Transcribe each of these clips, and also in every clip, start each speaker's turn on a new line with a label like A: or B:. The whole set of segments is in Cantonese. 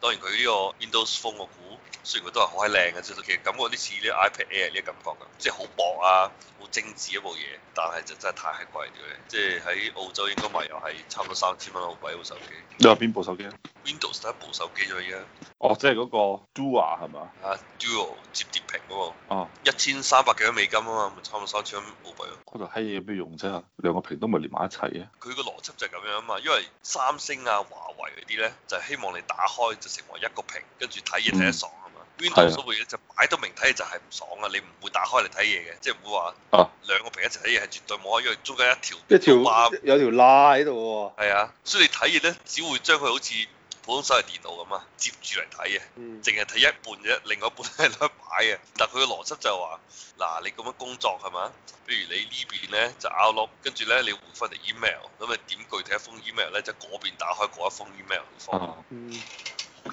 A: 當然佢呢個 Windows Phone 我估，雖然佢都係好閪靚嘅，即係其實感覺啲似呢 iPad Air 呢個感覺㗎，即係好薄啊，好精緻一部嘢，但係就真係太閪貴咗咧。即係喺澳洲應該咪又係差唔多三千蚊澳幣一部手機
B: 你話邊部手機啊？
A: ，Windows 得一部手機啫而家，
B: 哦，即係嗰個 Dua 係嘛？
A: 啊 Duo 摺疊屏嗰
B: 哦，
A: 個一千三百幾蚊美金啊嘛，咪差唔多三千蚊澳幣咯。
B: 嗰度閪嘢有咩用啫？兩個屏都唔係連埋一齊嘅。
A: 佢個邏輯就係咁樣啊嘛，因為三星啊、華為嗰啲咧，就係希望你打開就成為一個屏，跟住睇嘢睇得爽啊嘛。Windows 嗰部嘢就擺到明睇嘢就係唔爽啊，你唔會打開嚟睇嘢嘅，即係唔會話
B: 啊
A: 兩個屏一齊睇嘢係絕對冇啊，因為中間一條
C: 一條
A: 話
C: 有條罅喺度喎。
A: 係啊，所以你睇嘢咧，只會將佢好似普通手提電腦咁啊，接住嚟睇嘅。
C: 嗯
A: 淨係睇一半啫，另外一半係攞嚟擺嘅。但係佢嘅邏輯就係話：嗱，你咁樣工作係嘛？譬如你呢邊咧就 Outlook，跟住咧你回翻嚟 email，咁啊你點具體一封 email 咧，就嗰邊打開嗰一封 email 去放，
B: 啊，
C: 嗯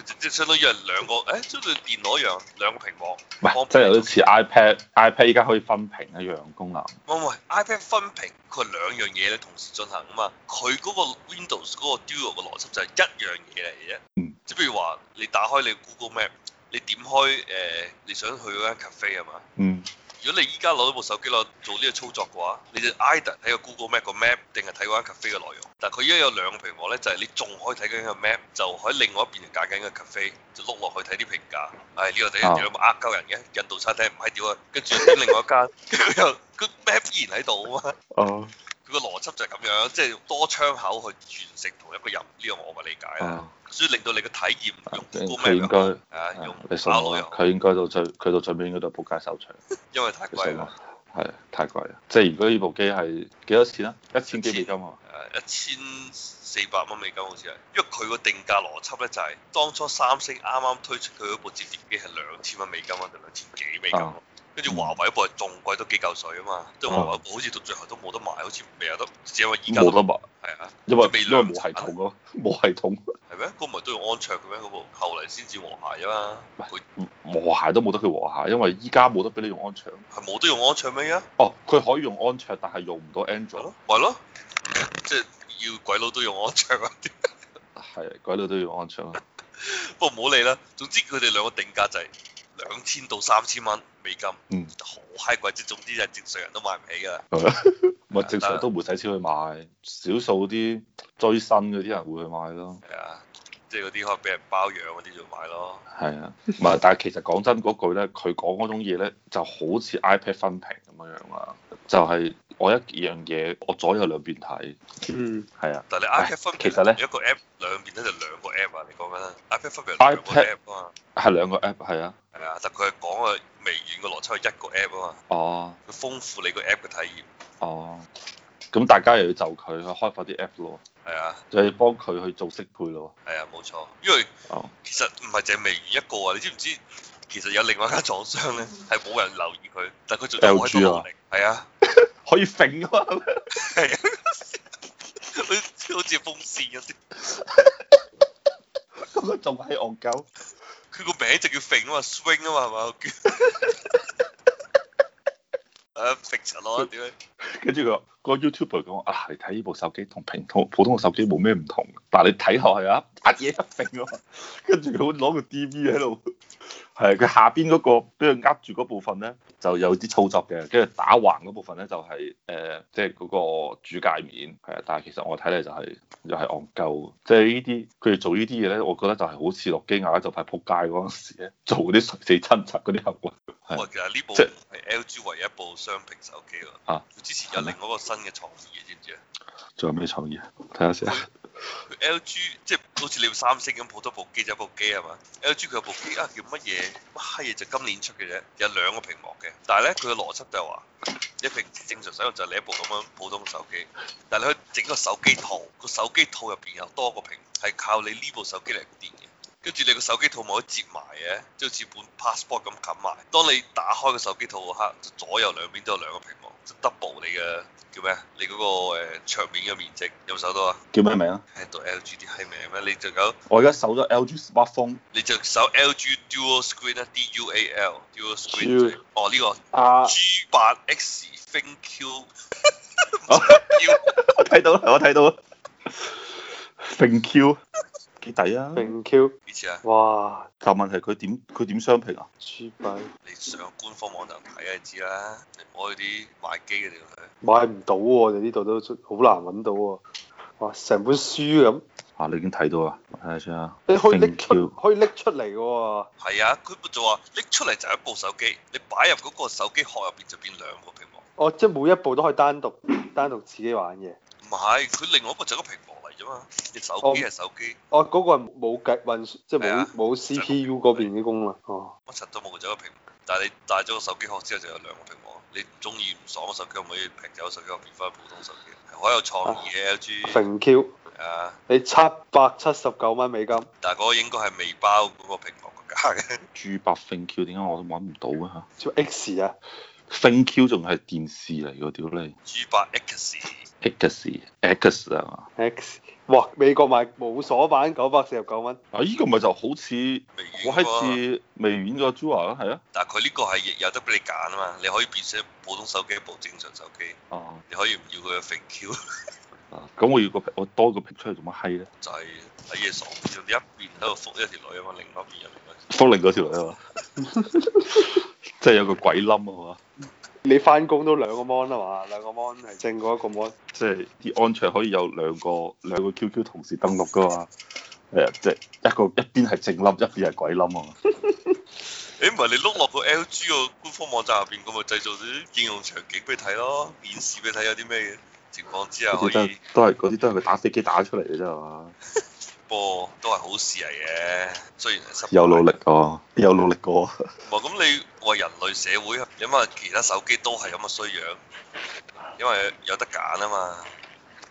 A: 即即相當於係兩個，誒，即係電腦一樣兩個屏幕。
B: 唔係，即係有啲似 iPad。iPad 依家可以分屏一樣功能。
A: 喂喂，iPad 分屏佢係兩樣嘢咧同時進行啊嘛，佢嗰個 Windows 嗰個 Duo 嘅邏輯就係一樣嘢嚟嘅啫。
B: 嗯。
A: 即係譬如話，你打開你 Google Map，你點開誒、呃你想去嗰間 cafe 係嘛？
B: 嗯，
A: 如果你依家攞到部手機攞做呢個操作嘅話，你就 either 睇個 Google Map 個 map，定係睇嗰間 cafe 嘅內容。但係佢依家有兩個屏幕咧，就係、你仲可以睇緊個 map，就喺另外一邊就揀緊個 cafe，就碌落去睇啲評價。唉、呢個第一
B: 啊
A: 有冇呃鳩人嘅印度餐廳唔閪屌啊！跟住 點另外一間，跟住又個 map 依然喺度啊嘛。
B: 哦，
A: 佢個邏輯就係咁樣，即係多窗口去完成同一個任務，呢、個我嘅理解啦。
B: 啊，
A: 所以令到你嘅體驗用
B: 佢
A: Google Map
B: 應該，
A: 啊，
B: 啊
A: 用
B: 你信我
A: Outlook
B: 啊
A: 又，好
B: 佢應該到最，佢到最尾應該都係仆街手場。
A: 因為太
B: 你
A: 貴啊
B: 信
A: 啦
B: 我。。啊係太貴啦！即係如果呢部機係幾多錢啊？一千幾美金啊？
A: 誒一千四百蚊美金好似係，因為佢個定價邏輯咧就係、當初三星啱啱推出佢嗰部摺疊機係兩千蚊美金啊，定兩千幾美金啊
B: 啊
A: 跟住華為嗰部係仲貴多幾嚿水啊嘛，即係華為嗰部好似到最後都冇得賣，好似未有得，只係話依家
B: 冇得賣，
A: 係啊，
B: 因為
A: 即係未
B: 因為
A: 量
B: 冇系
A: 產
B: 統咯，冇系統，
A: 係咩？嗰個唔係都要安卓嘅咩？嗰部後嚟先至和諧啊嘛，佢
B: 和諧都冇得佢和諧，因為依家冇得俾你用安卓。
A: 係冇得用安卓咩？而家
B: 哦，佢可以用安卓，但係用唔到
A: 係
B: Android
A: 咯。，咪咯，即係要鬼佬都用安卓啊！
B: 係，鬼佬都要用安卓啦。
A: 不過唔好理啦，總之佢哋兩個定價就係兩千到三千蚊美金，
B: 嗯
A: 好閪貴，即係總之係正常人都買唔起㗎啦。
B: 唔係正常都唔會使錢去買，少數啲追新嗰啲人會去買咯。
A: 係啊，即係嗰啲可能俾人包養嗰啲就買咯。
B: 係啊，唔係，但係其實講真嗰句咧，佢講嗰種嘢咧就好似 iPad 分屏咁樣樣啦，就係、我一樣嘢，我左右兩邊睇，
C: 嗯
B: 係啊。
A: 但係你
B: 唉
A: iPad 分別
B: 其實呢
A: 一個 app 兩邊咧就兩個 app 啊，你講緊啦，iPad 分別係兩個
B: iPad
A: app 啊嘛。
B: 係兩個 app 係啊，
A: 係啊，但佢係講啊微軟嘅邏輯係一個 app 啊嘛，
B: 哦
A: 佢豐富你個 app 嘅體驗。
B: 哦，咁大家又要就佢去開發啲 app 咯，
A: 係啊，
B: 就要幫佢去做適配咯，
A: 係啊，冇錯，因為
B: 哦
A: 其實唔係淨係微軟一個啊，你知唔知？其實有另外一間廠商咧，係冇人留意佢，但佢做咗好
B: LG 啊
A: 多努力。係啊。
B: 可以揈啊嘛，
A: 係啊， 好似風扇咁啲，
B: 咁佢仲係戇鳩。
A: 佢個名就叫揈啊嘛，swing 啊嘛，係嘛？ 誒，揈柒咯，點解？
B: 跟住佢話個 YouTuber 講啊，你睇呢部手機同平通普通嘅手機冇咩唔同，但係你睇落去啊，一嘢一揈啊，跟住佢會攞個 DV 喺度，係佢下邊嗰、個俾佢握住嗰部分咧，就有啲操作嘅，跟住打橫嗰部分咧就係、誒，即係嗰個主界面係啊，但係其實我睇嚟就係、又係戇鳩，即係呢啲佢哋做呢啲嘢咧，我覺得就係好似諾基亞就快撲街嗰陣時咧，做嗰啲垂死掙扎嗰啲行為。係
A: 喂，其實呢部
B: 即係
A: 係 LG 唯一一部雙屏手機喎。
B: 啊！
A: 佢之前有另外一個新嘅創意嘅，知唔知啊？
B: 仲有咩創意啊？睇下先啊。
A: 佢 LG 即係好似你要三星咁，好多部機就一部機係嘛？LG 佢有部機啊叫乜嘢？乜閪嘢就今年出嘅啫，有兩個屏幕嘅。但係咧佢嘅邏輯就係話，你平時正常使用就係你一部咁樣普通手機，但係你可以整個手機套，個手機套入邊有多個屏，係靠你呢部手機嚟電嘅。跟住你個手機套咪可以摺埋嘅，即係好似本 passport 咁冚埋。當你打開個手機套嗰刻，就左右兩邊都有兩個屏幕，就 double 你嘅叫咩啊？你嗰、個誒桌面嘅面積有冇搜到啊？
B: 叫咩名啊？
A: 喺度 LG 啲閪名咩？你就有
B: 我而家搜咗 LG smartphone
A: 你就搜 LG Dual Screen 啦，D U A L Dual Screen
B: Dual。
A: 哦，呢個
C: 啊
A: G 八 X ThinQ
B: 我睇到啦，我睇到啦。定 Q 幾抵啊！
C: 平 Q，
A: 以前啊，
C: 哇，
B: 但問題佢點佢點雙屏啊？
C: 豬幣
A: 你上官方網站睇就知啦，你唔好去啲賣機嘅地方睇。
C: 買唔到喎，我哋呢度都好難揾到喎。哇！成本書咁，
B: 啊，你已經睇到啊！我睇下先啊。
C: 你可以拎出，
B: Q
C: 可以拎出嚟嘅喎。
A: 係啊，佢咪就話拎出嚟就係一部手機，你擺入嗰個手機殼入邊就變兩個屏幕。
C: 哦，即係每一部都可以單獨單獨自己玩嘅。
A: 唔係，佢另外一個就係一個屏幕嚟啫嘛。你手機係手機，
C: 哦，嗰、個係冇計運，即係
A: 係啊
C: 冇冇 CPU 嗰邊嘅功能。哦，
A: 乜柒都冇，佢就一個屏幕。但係你戴咗個手機殼之後就有兩個屏幕。你唔中意唔爽嘅手機可唔可以平走手機殼變翻普通手機？係好有創意嘅 LG
C: 平 Q，
A: 啊！
C: 你七百七十九蚊美金，
A: 但係嗰個應該係未包嗰個屏幕個價嘅。
B: 豬八 ThinQ 點解我都揾唔到嘅嚇
C: 叫 X 啊，
B: ？ThinQ 仲係電視嚟嘅，屌你
A: G 八 X
B: ！X X 啊嘛！
C: X，哇！美國賣冇鎖版九百四十九蚊，
B: 啊，依個咪就好似
A: 微
B: 我
A: 軟嗰
B: 喺
A: 個，
B: 似微軟個 Jua 咯，係啊。
A: 但係佢呢個係亦有得俾你揀啊嘛。你可以變成普通手機，一部正常手機，
B: 哦。
A: 你可以唔要佢嘅肥 Q。
B: 啊咁我要個我多個 picture 做乜閪咧？
A: 就係喺嘢爽，就一邊喺度服一條女啊嘛，另外一邊又另外一條。
B: 福寧嗰條女啊 嘛，即係有個鬼冧啊嘛，
C: 你翻工都兩個 mon 啊嘛，兩個 mon 係正過一個 mon，
B: 即係啲安卓可以有兩個兩個 QQ 同時登錄噶嘛，誒即係一個一邊係正冧，一邊係鬼冧啊嘛，
A: 誒唔係你碌落個 LG 個官方網站入邊，咁咪製造啲應用場景俾你睇咯，顯示俾你睇有啲咩嘅情況之下
B: 嗰
A: 可
B: 啲都
A: 以
B: 係都係嗰啲都係佢打飛機打出嚟嘅啫係嘛，
A: 播，都係好事嚟嘅。雖然係失敗
B: 有努力啊，有努力過啊，
A: 唔係咁你話人類社會，你諗下其他手機都係咁嘅衰樣，因為有得揀啊嘛。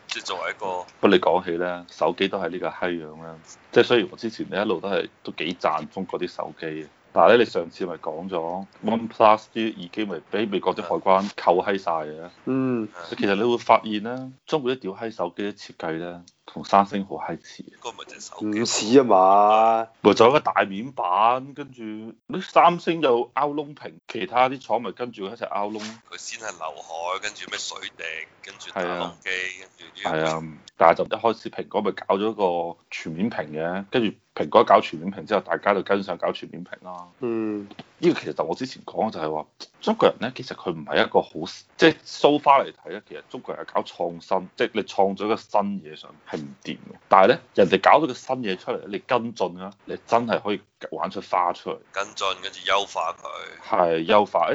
A: 即係作為一個
B: 不過你講起咧，手機都係呢個閪樣啦，即係雖然我之前咧一路都係都幾讚中國啲手機嘅。但係咧，你上次咪講咗 OnePlus 啲耳機咪俾美國啲海關扣閪晒嘅，
C: 嗯，
B: 其實你會發現咧，中國啲屌閪手機啲設計咧，同三星好閪似嘅。
A: 應該唔係隻手
C: 唔
A: 機，
C: 似啊嘛，
B: 咪就有一個大面板，跟住啲三星又凹窿屏，其他啲廠咪跟住佢一齊凹窿。
A: 佢先係流海，跟住咩水滴，跟住打
B: 嗯係啊
A: 窿機，跟住呢
B: 係啊，但係就一開始蘋果咪搞咗個全面屏嘅，跟住蘋果搞全面屏之後，大家就跟上搞全面屏啦。
C: 嗯，
B: 呢個其實就我之前講就係話，中國人咧其實佢唔係一個好即係 so far 嚟睇咧，其實中國人係搞創新，即係你創咗個新嘢上係唔掂嘅。但係咧，人哋搞咗個新嘢出嚟，你跟進啦，你真係可以玩出花出嚟，
A: 跟進，跟住優化佢。
B: 係優化。誒，